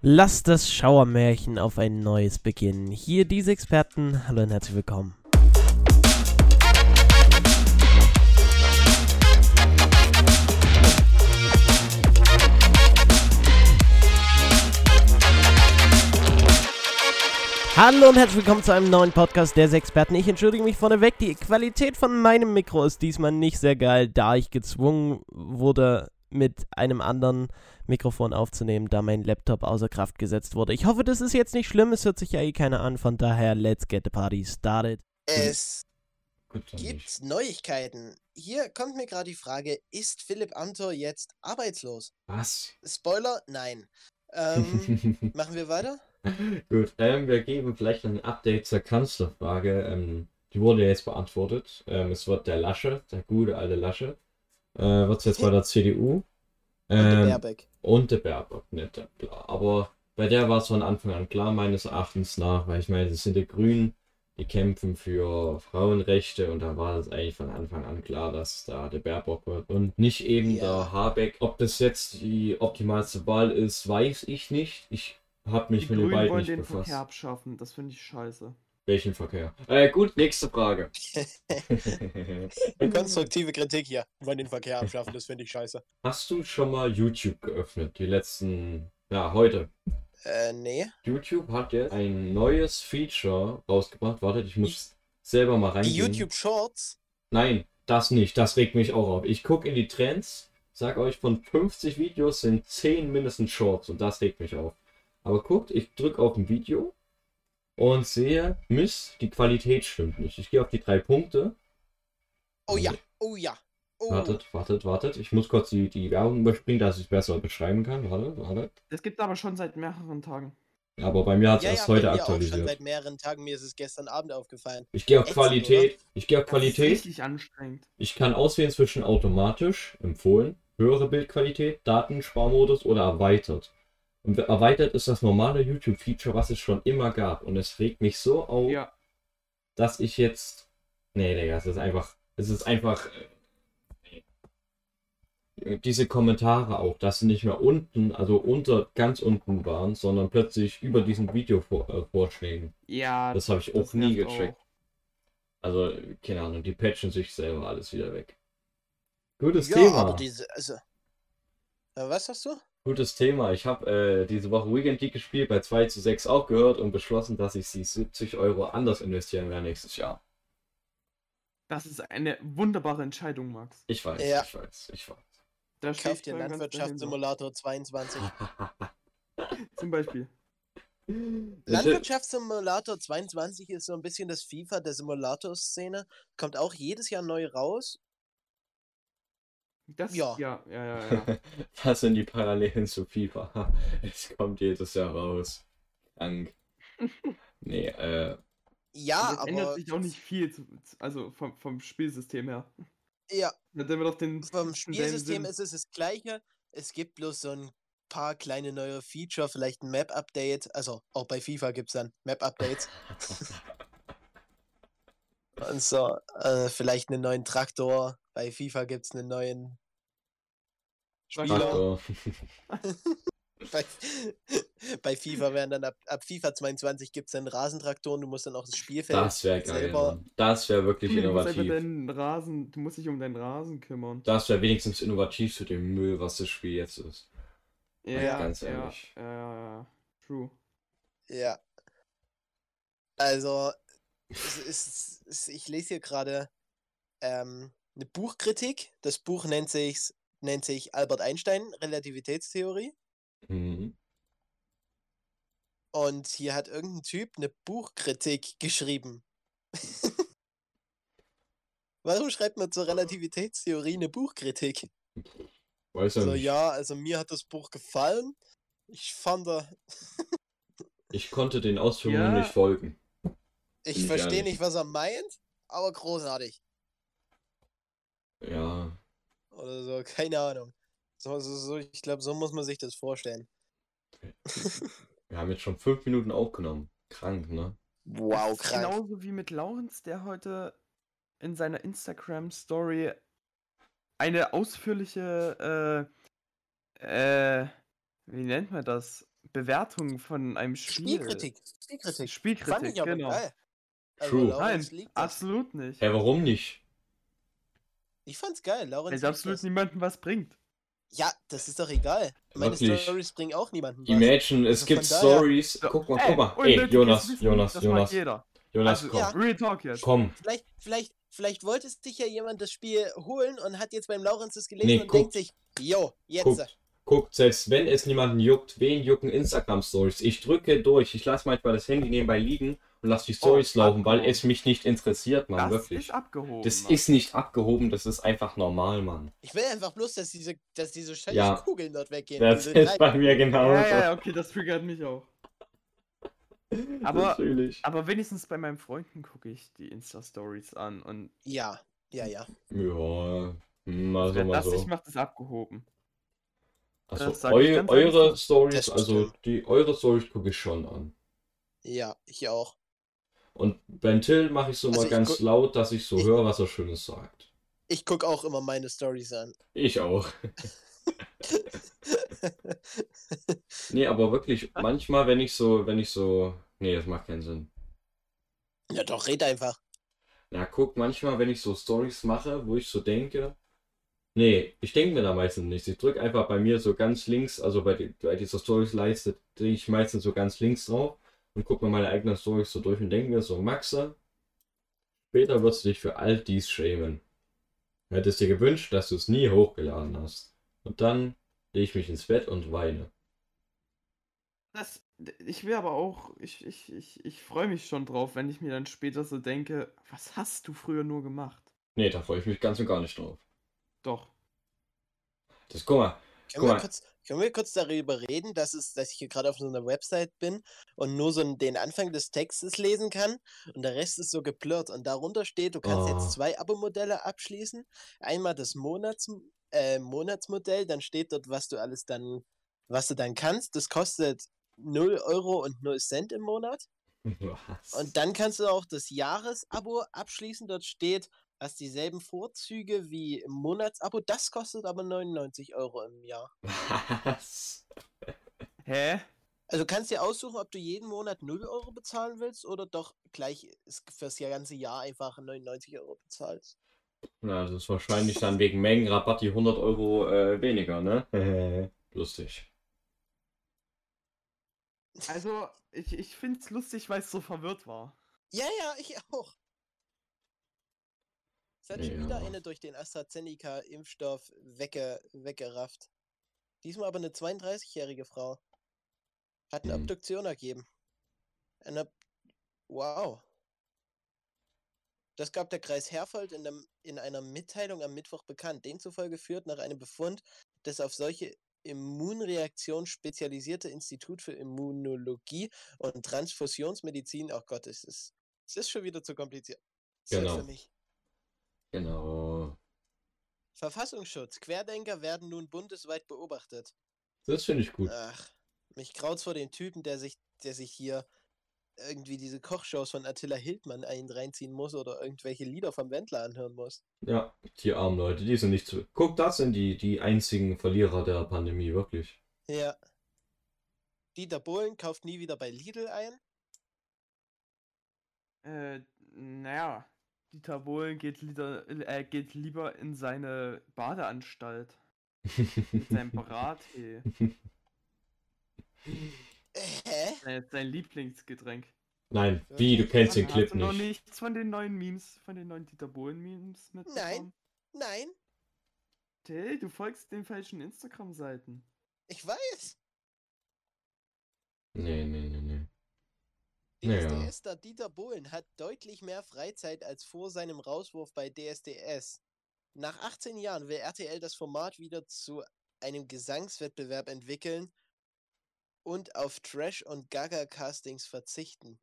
Lasst das Schauermärchen auf ein neues beginnen. Hier diese Experten. Hallo und herzlich willkommen. Hallo und herzlich willkommen zu einem neuen Podcast des Experten. Ich entschuldige mich vorneweg, die Qualität von meinem Mikro ist diesmal nicht sehr geil, da ich gezwungen wurde, mit einem anderen Mikrofon aufzunehmen, da mein Laptop außer Kraft gesetzt wurde. Ich hoffe, das ist jetzt nicht schlimm, es hört sich ja eh keiner an, von daher, let's get the party started. Es Gut, dann nicht. gibt Neuigkeiten. Hier kommt mir gerade die Frage, ist Philipp Amthor jetzt arbeitslos? Was? Spoiler, nein. Ähm, machen wir weiter? Gut, ähm, wir geben vielleicht ein Update zur Kanzlerfrage. Ähm, die wurde ja jetzt beantwortet. Ähm, es wird der Lasche, der gute alte Lasche, äh, wird jetzt bei der CDU. Und der Ähm, Baerbeck. und der Baerbock, nicht der Bla. Aber bei der war es von Anfang an klar, meines Erachtens nach, weil ich meine, das sind die Grünen, die kämpfen für Frauenrechte und da war es eigentlich von Anfang an klar, dass da der Baerbock wird und nicht eben Ja. der Habeck. Ob das jetzt die optimalste Wahl ist, weiß ich nicht. Ich habe mich die mit den Grünen beiden wollen nicht den befasst. Verkehr abschaffen. Das finde ich scheiße. Welchen Verkehr? Äh, gut, nächste Frage. Konstruktive Kritik hier. Wollen den Verkehr abschaffen, das finde ich scheiße. Hast du schon mal YouTube geöffnet? Die letzten, ja, heute. Äh, nee. YouTube hat jetzt ein neues Feature rausgebracht. Wartet, ich muss selber mal rein. Die YouTube Shorts. Nein, das nicht. Das regt mich auch auf. Ich gucke in die Trends, sag euch, von 50 Videos sind 10 mindestens Shorts und das regt mich auf. Aber guckt, ich drücke auf ein Video und sehe, Mist, die Qualität stimmt nicht. Ich gehe auf die drei Punkte. Also, Oh ja, oh ja. Oh. Wartet, wartet, wartet. Ich muss kurz die, die Werbung überspringen, dass ich es besser beschreiben kann. Warte, warte. Das gibt aber schon seit mehreren Tagen. Aber bei mir hat es Ja, ja, erst bei heute mir auch schon aktualisiert. seit mehreren Tagen. Mir ist es gestern Abend aufgefallen. Ich gehe auf Ätzend, Qualität. Ich gehe auf Das ist Qualität. richtig anstrengend. Ich kann auswählen zwischen automatisch, empfohlen, höhere Bildqualität, Datensparmodus oder erweitert. Und erweitert ist das normale YouTube-Feature, was es schon immer gab. Und es regt mich so auf, Ja. dass ich jetzt. Nee, Digga, es ist einfach. Es ist einfach. äh, nee. Diese Kommentare auch, dass sie nicht mehr unten, also unter, ganz unten waren, sondern plötzlich über diesen Videovorschlägen. Ja. Das habe ich auch nie nervt gecheckt. Also, keine Ahnung, die patchen sich selber alles wieder weg. Gutes ja, Thema. aber diese. Also, äh, was hast du? Gutes Thema. Ich habe äh, diese Woche Weekend League gespielt, bei 2 zu 6 aufgehört und beschlossen, dass ich die 70 Euro anders investieren werde nächstes Jahr. Das ist eine wunderbare Entscheidung, Max. Ich weiß, Ja. ich weiß, ich weiß. Da stehe Kauf ich dir voll ganz dahinter. Landwirtschaftssimulator 22. Ah, Zum Beispiel. Landwirtschaftssimulator 22 ist so ein bisschen das FIFA der Simulator-Szene. Kommt auch jedes Jahr neu raus. Das, Ja. ja. Ja, ja, ja, ja. Was sind die Parallelen zu FIFA? Es kommt jedes Jahr raus. Dank. Nee, äh, Ja, Und das ändert aber. sich auch nicht viel, zu, zu- also vom, vom Spielsystem her. Ja, Dann sind wir doch den vom den selben Spielsystem Sinn. ist es das gleiche. Es gibt bloß so ein paar kleine neue Feature, vielleicht ein Map-Update. Also auch bei FIFA gibt es dann Map-Updates. Und so, äh, vielleicht einen neuen Traktor. Bei FIFA gibt es einen neuen. Traktor. Spieler. Faktor. Bei, bei FIFA werden dann ab, ab FIFA 22 gibt es dann Rasentraktoren. Du musst dann auch das Spielfeld das wäre geil. selber. Hm, Mann. Das wäre wirklich Du musst einfach innovativ. deinen Rasen, du musst dich um deinen Rasen kümmern. Das wäre wenigstens innovativ zu dem Müll, was das Spiel jetzt ist. Ja, ganz ja, ehrlich. Ja, ja, ja. True. Ja. Also, es ist, es, ich lese hier gerade ähm, eine Buchkritik. Das Buch nennt sich, nennt sich Albert Einstein, Relativitätstheorie. Mhm. Und hier hat irgendein Typ eine Buchkritik geschrieben. Warum schreibt man zur Relativitätstheorie eine Buchkritik? Weiß ja So, nicht. ja, also mir hat das Buch gefallen. Ich fand, da- Ich konnte den Ausführungen Ja. nicht folgen. ich Bin ich verstehe ehrlich. nicht, was er meint, aber großartig. Ja. oder so, keine Ahnung. So, so, so, ich glaube, so muss man sich das vorstellen. Wir haben jetzt schon fünf Minuten aufgenommen. Krank, ne? Wow, Das ist genau Genauso wie mit Laurens, der heute in seiner Instagram-Story eine ausführliche, äh, äh, wie nennt man das? Bewertung von einem Spiel. Spielkritik. Spielkritik. Spielkritik, Fand ich aber genau. geil. Also True. Nein, Lawrence liegt das. absolut nicht. Ja, warum nicht? Ich fand's geil, Lauren. Weil es absolut niemandem was bringt. Ja, das ist doch egal. Meine Wirklich. Stories bringen auch niemanden was. Imagine, es Also gibt von daher- Stories. Guck mal, guck mal. Ey, unnötiges Jonas, Wissen, Jonas, das Jonas, Mag jeder. Jonas, also, komm. ja. Real Talk jetzt. Komm. Vielleicht, vielleicht, vielleicht wollte sich ja jemand das Spiel holen und hat jetzt beim Laurenz das gelesen Nee, und denkt guck. sich, yo, jetzt. Guckt, guckt, selbst wenn es niemanden juckt, wen jucken Instagram-Stories? Ich drücke durch, ich lasse manchmal das Handy nebenbei liegen und lasse die Stories Oh, laufen, weil abgehoben. es mich nicht interessiert, Mann, das wirklich. ist abgehoben. das Mann. ist nicht abgehoben, das ist einfach normal, Mann. Ich will einfach bloß, dass diese, dass diese scheiß Ja. Kugeln dort weggehen. Das diese ist drei- bei mir genauso. Ja, ja, ja, okay, das triggert mich auch. Aber- Natürlich. Aber wenigstens bei meinen Freunden gucke ich die Insta-Stories an und ja, ja, ja. Ja, hm, also wer mal das so. nicht macht, ist abgehoben. das Also, sag ich eu ganz ehrlich eure so. Stories, Das also stimmt. die eure Stories gucke ich schon an. Ja, ich auch. Und beim Till mache ich so Also mal ich ganz guck- laut, dass ich so ich- höre, was er Schönes sagt. Ich gucke auch immer meine Stories an. Ich auch. Nee, aber wirklich, Ah. manchmal, wenn ich so, wenn ich so, nee, das macht keinen Sinn. ja, doch, red einfach. Na, guck, manchmal, wenn ich so Stories mache, wo ich so denke, nee, ich denke mir da meistens nichts. Ich drücke einfach bei mir so ganz links, also bei, die- bei dieser Stories-Leiste drehe ich meistens so ganz links drauf und gucke mir meine eigenen Stories so durch und denke mir so, Maxe, später wirst du dich für all dies schämen. Du hättest dir gewünscht, dass du es nie hochgeladen hast. Und dann lege ich mich ins Bett und weine. Das, ich will aber auch, ich, ich, ich, ich freue mich schon drauf, wenn ich mir dann später so denke, was hast du früher nur gemacht? Nee, da freue ich mich ganz und gar nicht drauf. Doch. Das, guck mal, Können wir, Guck mal. kurz, können wir kurz darüber reden, dass, es, dass ich hier gerade auf so einer Website bin und nur so den Anfang des Textes lesen kann und der Rest ist so geblurrt und darunter steht, du kannst Ah. jetzt zwei Abo-Modelle abschließen. Einmal das Monats, äh, Monatsmodell, dann steht dort, was du alles dann, was du dann kannst. Das kostet 0 Euro und 0 Cent im Monat. was? Und dann kannst du auch das Jahresabo abschließen. Dort steht, hast dieselben Vorzüge wie im Monatsabo. Das kostet aber 99 Euro im Jahr. Was? Hä? Also kannst dir aussuchen, ob du jeden Monat 0 Euro bezahlen willst oder doch gleich s- fürs ja- ganze Jahr einfach 99 Euro bezahlst. Na, das ist wahrscheinlich dann wegen Mengenrabatt die 100 Euro äh, weniger, ne? Lustig. Also, ich, ich finde es lustig, weil es so verwirrt war. Ja, ja, ich auch. Es hat schon wieder Ja. eine durch den AstraZeneca-Impfstoff wegge weggerafft. Diesmal aber eine 32-jährige Frau. Hat eine Hm. Abduktion ergeben. Eine. Wow. Das gab der Kreis Herford in, einem, in einer Mitteilung am Mittwoch bekannt. Demzufolge führt nach einem Befund das auf solche Immunreaktionen spezialisierte Institut für Immunologie und Transfusionsmedizin. Ach Gott, es ist, es ist schon wieder zu kompliziert. Es wird Genau. Für mich. Genau. Verfassungsschutz. Querdenker werden nun bundesweit beobachtet. Das finde ich gut. Ach, mich graut's vor dem Typen, der sich, der sich hier irgendwie diese Kochshows von Attila Hildmann ein reinziehen muss oder irgendwelche Lieder vom Wendler anhören muss. Ja, die armen Leute, die sind nicht zu. Guck, das sind die, die einzigen Verlierer der Pandemie, wirklich. Ja. Dieter Bohlen kauft nie wieder bei Lidl ein. Äh, naja. Dieter Bohlen geht, lieder, äh, geht lieber in seine Badeanstalt mit seinem Brattee. Äh, Hä? sein, Äh, sein Lieblingsgetränk. Nein, wie, du kennst den Hast Clip du noch nicht. nichts von den neuen Memes, von den neuen Dieter Bohlen-Memes mitbekommen? Nein, Till, du folgst den falschen Instagram-Seiten. ich weiß. Nee, nee, nee, nee. Die Naja. DSDS-Star Dieter Bohlen hat deutlich mehr Freizeit als vor seinem Rauswurf bei DSDS. Nach 18 Jahren will RTL das Format wieder zu einem Gesangswettbewerb entwickeln und auf Trash- und Gaga-Castings verzichten.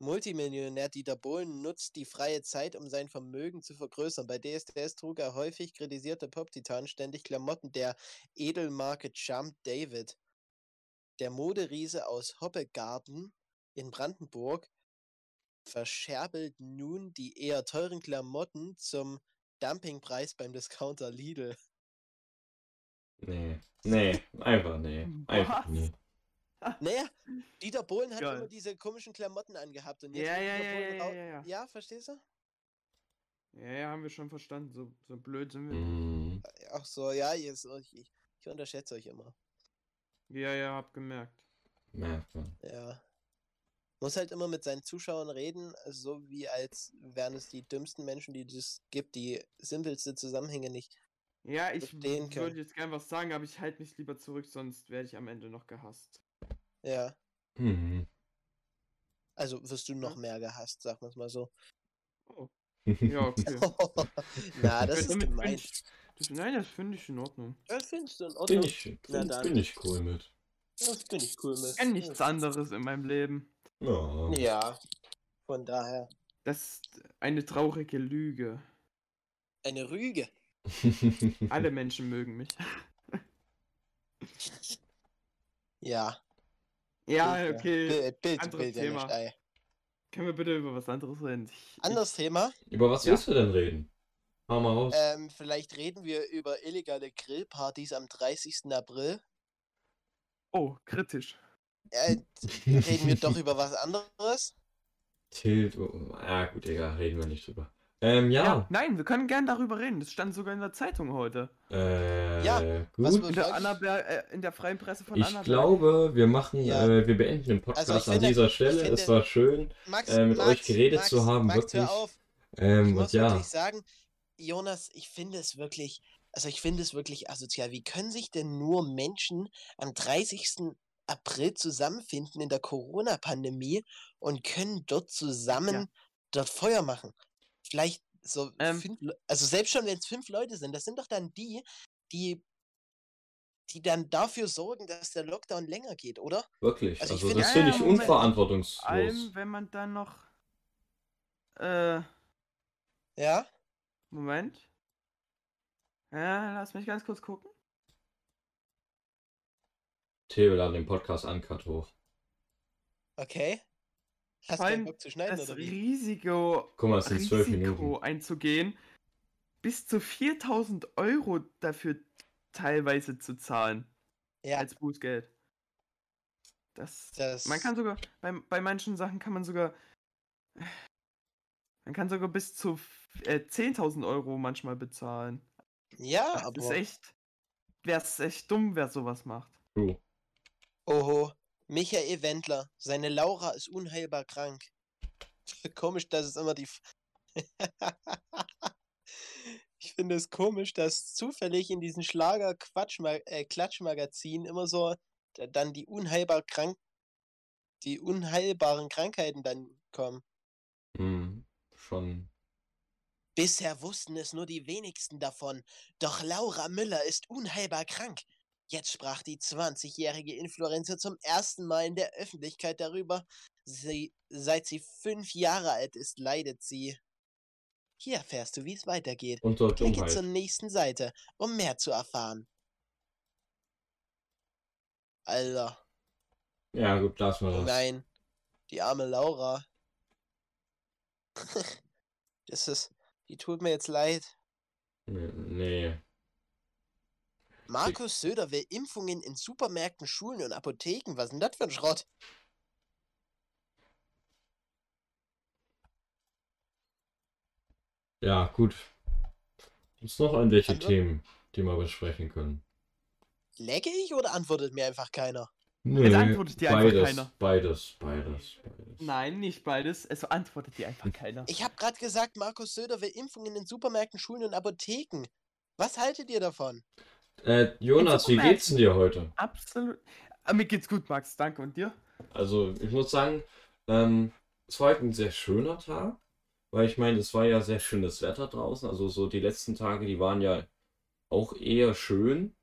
Multimillionär Dieter Bohlen nutzt die freie Zeit, um sein Vermögen zu vergrößern. Bei DSDS trug er häufig kritisierte Pop-Titan ständig Klamotten der Edelmarke Jump David. Der Moderiese aus Hoppegarten in Brandenburg verscherbelt nun die eher teuren Klamotten zum Dumpingpreis beim Discounter Lidl. Nee. Nee, einfach nee. Einfach Was? nee. Ah. Naja, Dieter Bohlen hat Geil. immer diese komischen Klamotten angehabt und jetzt Ja, will ja, Dieter ja, Bohlen ja, rau- ja, ja. ja, verstehst du? Ja, ja, haben wir schon verstanden. So, so blöd sind wir. Mhm. Mm. Ach so, ja, jetzt, oh, ich, ich, ich unterschätze euch immer. Ja, ja, hab gemerkt. Merkt man. Ja. Muss halt immer mit seinen Zuschauern reden, so wie als wären es die dümmsten Menschen, die es gibt, die simpelste Zusammenhänge nicht. Ja, ich Verstehen können. würde jetzt gern was sagen, aber ich halte mich lieber zurück, sonst werde ich am Ende noch gehasst. Ja. Mhm. Also wirst du noch mehr gehasst, sagen wir es mal so. Oh. Ja, okay. Na, das Damit ist bin gemein. ich- Das, nein, das finde ich in Ordnung. Das findest du in Ordnung. Bin ich, Na bin, dann. bin ich cool mit. Das finde ich cool, Mist. Ich kenn nichts anderes in meinem Leben. Ja. Ja. Von daher. Das ist eine traurige Lüge. Eine Rüge. Alle Menschen mögen mich. Ja. Ja, Bild, okay. Bild, Bild, anderes Bild ja nicht Thema. ei. Können wir bitte über was anderes reden? Ich- ich- Anderes Thema. Über was Ja. willst du denn reden? Hau mal raus. Ähm, vielleicht reden wir über illegale Grillpartys am 30. April. Oh, kritisch. Äh, reden wir doch über was anderes. Tilt. oh, Ja, gut, egal, reden wir nicht drüber. Ähm, ja. Nein, wir können gern darüber reden. Das stand sogar in der Zeitung heute. Äh, Ja, was gut. In der, Wirklich? Annaberg, äh, in der freien Presse von Ich Annaberg. glaube, wir machen, Ja. äh, wir beenden den Podcast Also ich an finde- dieser Stelle. finde- es war schön, Max, äh, mit Max, euch geredet Max, zu haben. Max, wirklich. hör auf. Ich Ähm, und muss ja, wirklich sagen, Jonas, ich finde es wirklich, also ich finde es wirklich asozial. Wie können sich denn nur Menschen am 30. April zusammenfinden in der Corona-Pandemie und können dort zusammen dort Feuer machen? Vielleicht so Ähm. fünf, Le- also selbst schon wenn es fünf Leute sind, das sind doch dann die, die die dann dafür sorgen, dass der Lockdown länger geht, oder? wirklich. also Also, ich finde- das Ja, finde ja, ich Moment. unverantwortungslos. Vor allem, wenn man dann noch. Äh, Ja? Moment. Ja, lass mich ganz kurz gucken. Theo, laden den Podcast Uncut hoch. Okay. Hast Vor du allem keinen Bock zu schneiden, Das oder wie? Risiko, Guck mal, es sind zwölf Minuten. Risiko einzugehen, bis zu 4000 Euro dafür teilweise zu zahlen. Ja, als Bußgeld. Das, Das- Man kann sogar, bei, bei manchen Sachen kann man sogar. Man kann sogar bis zu f- äh, 10.000 Euro manchmal bezahlen. ja Das aber... ist echt. Wär's echt dumm, wer sowas macht. True. Oho, Michael Wendler. Seine Laura ist unheilbar krank. Komisch, dass es immer die. F- ich finde es komisch, dass zufällig in diesen Schlager-Klatschmagazinen äh, immer so da- dann die unheilbar krank. die unheilbaren Krankheiten dann kommen. Hm, schon. Bisher wussten es nur die wenigsten davon. Doch Laura Müller ist unheilbar krank. Jetzt sprach die 20-jährige Influencer zum ersten Mal in der Öffentlichkeit darüber. Sie, seit sie fünf Jahre alt ist, leidet sie. Hier erfährst du, wie es weitergeht. Unter Klicke zur Dummheit. nächsten Seite, um mehr zu erfahren. Alter, Ja, gut, lassen wir das. nein. Die arme Laura. das ist. Die tut mir jetzt leid. Nee, nee. Markus Söder will Impfungen in Supermärkten, Schulen und Apotheken. Was ist denn das für ein Schrott? Ja, gut. Gibt's noch irgendwelche Andere? Themen, die wir besprechen können? Lecke ich oder antwortet mir einfach keiner? Nö, antwortet dir einfach beides, keiner. beides, beides, beides. Nein, nicht beides. Es antwortet dir einfach keiner. Ich habe gerade gesagt, Markus Söder will Impfungen in Supermärkten, Schulen und Apotheken. Was haltet ihr davon? Äh, Jonas, wie Supermärkten. geht's denn dir heute? Absolut. Ah, mir geht's gut, Max. Danke. Und dir? Also, ich muss sagen, ähm, es war heute ein sehr schöner Tag, weil ich meine, es war ja sehr schönes Wetter draußen. Also, so die letzten Tage, die waren ja auch eher schön.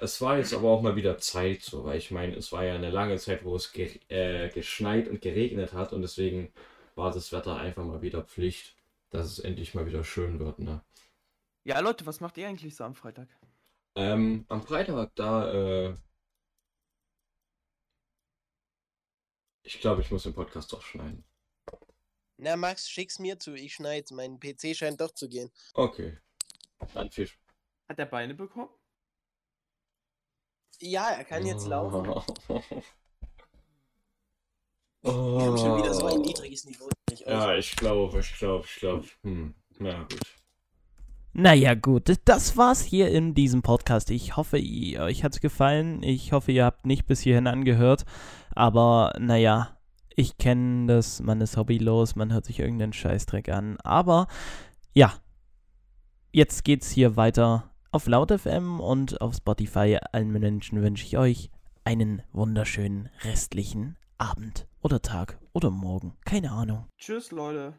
Es war jetzt aber auch mal wieder Zeit so, weil ich meine, es war ja eine lange Zeit, wo es ge äh, geschneit und geregnet hat und deswegen war das Wetter einfach mal wieder Pflicht, dass es endlich mal wieder schön wird, ne? Ja, Leute, was macht ihr eigentlich so am Freitag? Ähm, am Freitag, da, äh. Ich glaube, ich muss den Podcast doch schneiden. Na, Max, schick's mir zu. Ich schneid's. Mein PC scheint doch zu gehen. Okay. Dann viel Spaß. Hat er Beine bekommen? Ja, er kann jetzt laufen. Wir haben schon wieder so ein Oh. niedriges Niveau. durch euch. Ja, ich glaube, ich glaube, ich glaube. Hm. Na gut. Naja gut, das war's hier in diesem Podcast. Ich hoffe, ihr, euch hat's gefallen. Ich hoffe, ihr habt nicht bis hierhin angehört. Aber naja, ich kenne das, man ist hobbylos, man hört sich irgendeinen Scheißdreck an. Aber ja, jetzt geht's hier weiter auf Laut FM und auf Spotify. Allen Menschen wünsche ich euch einen wunderschönen restlichen Abend oder Tag oder Morgen. Keine Ahnung. Tschüss, Leute.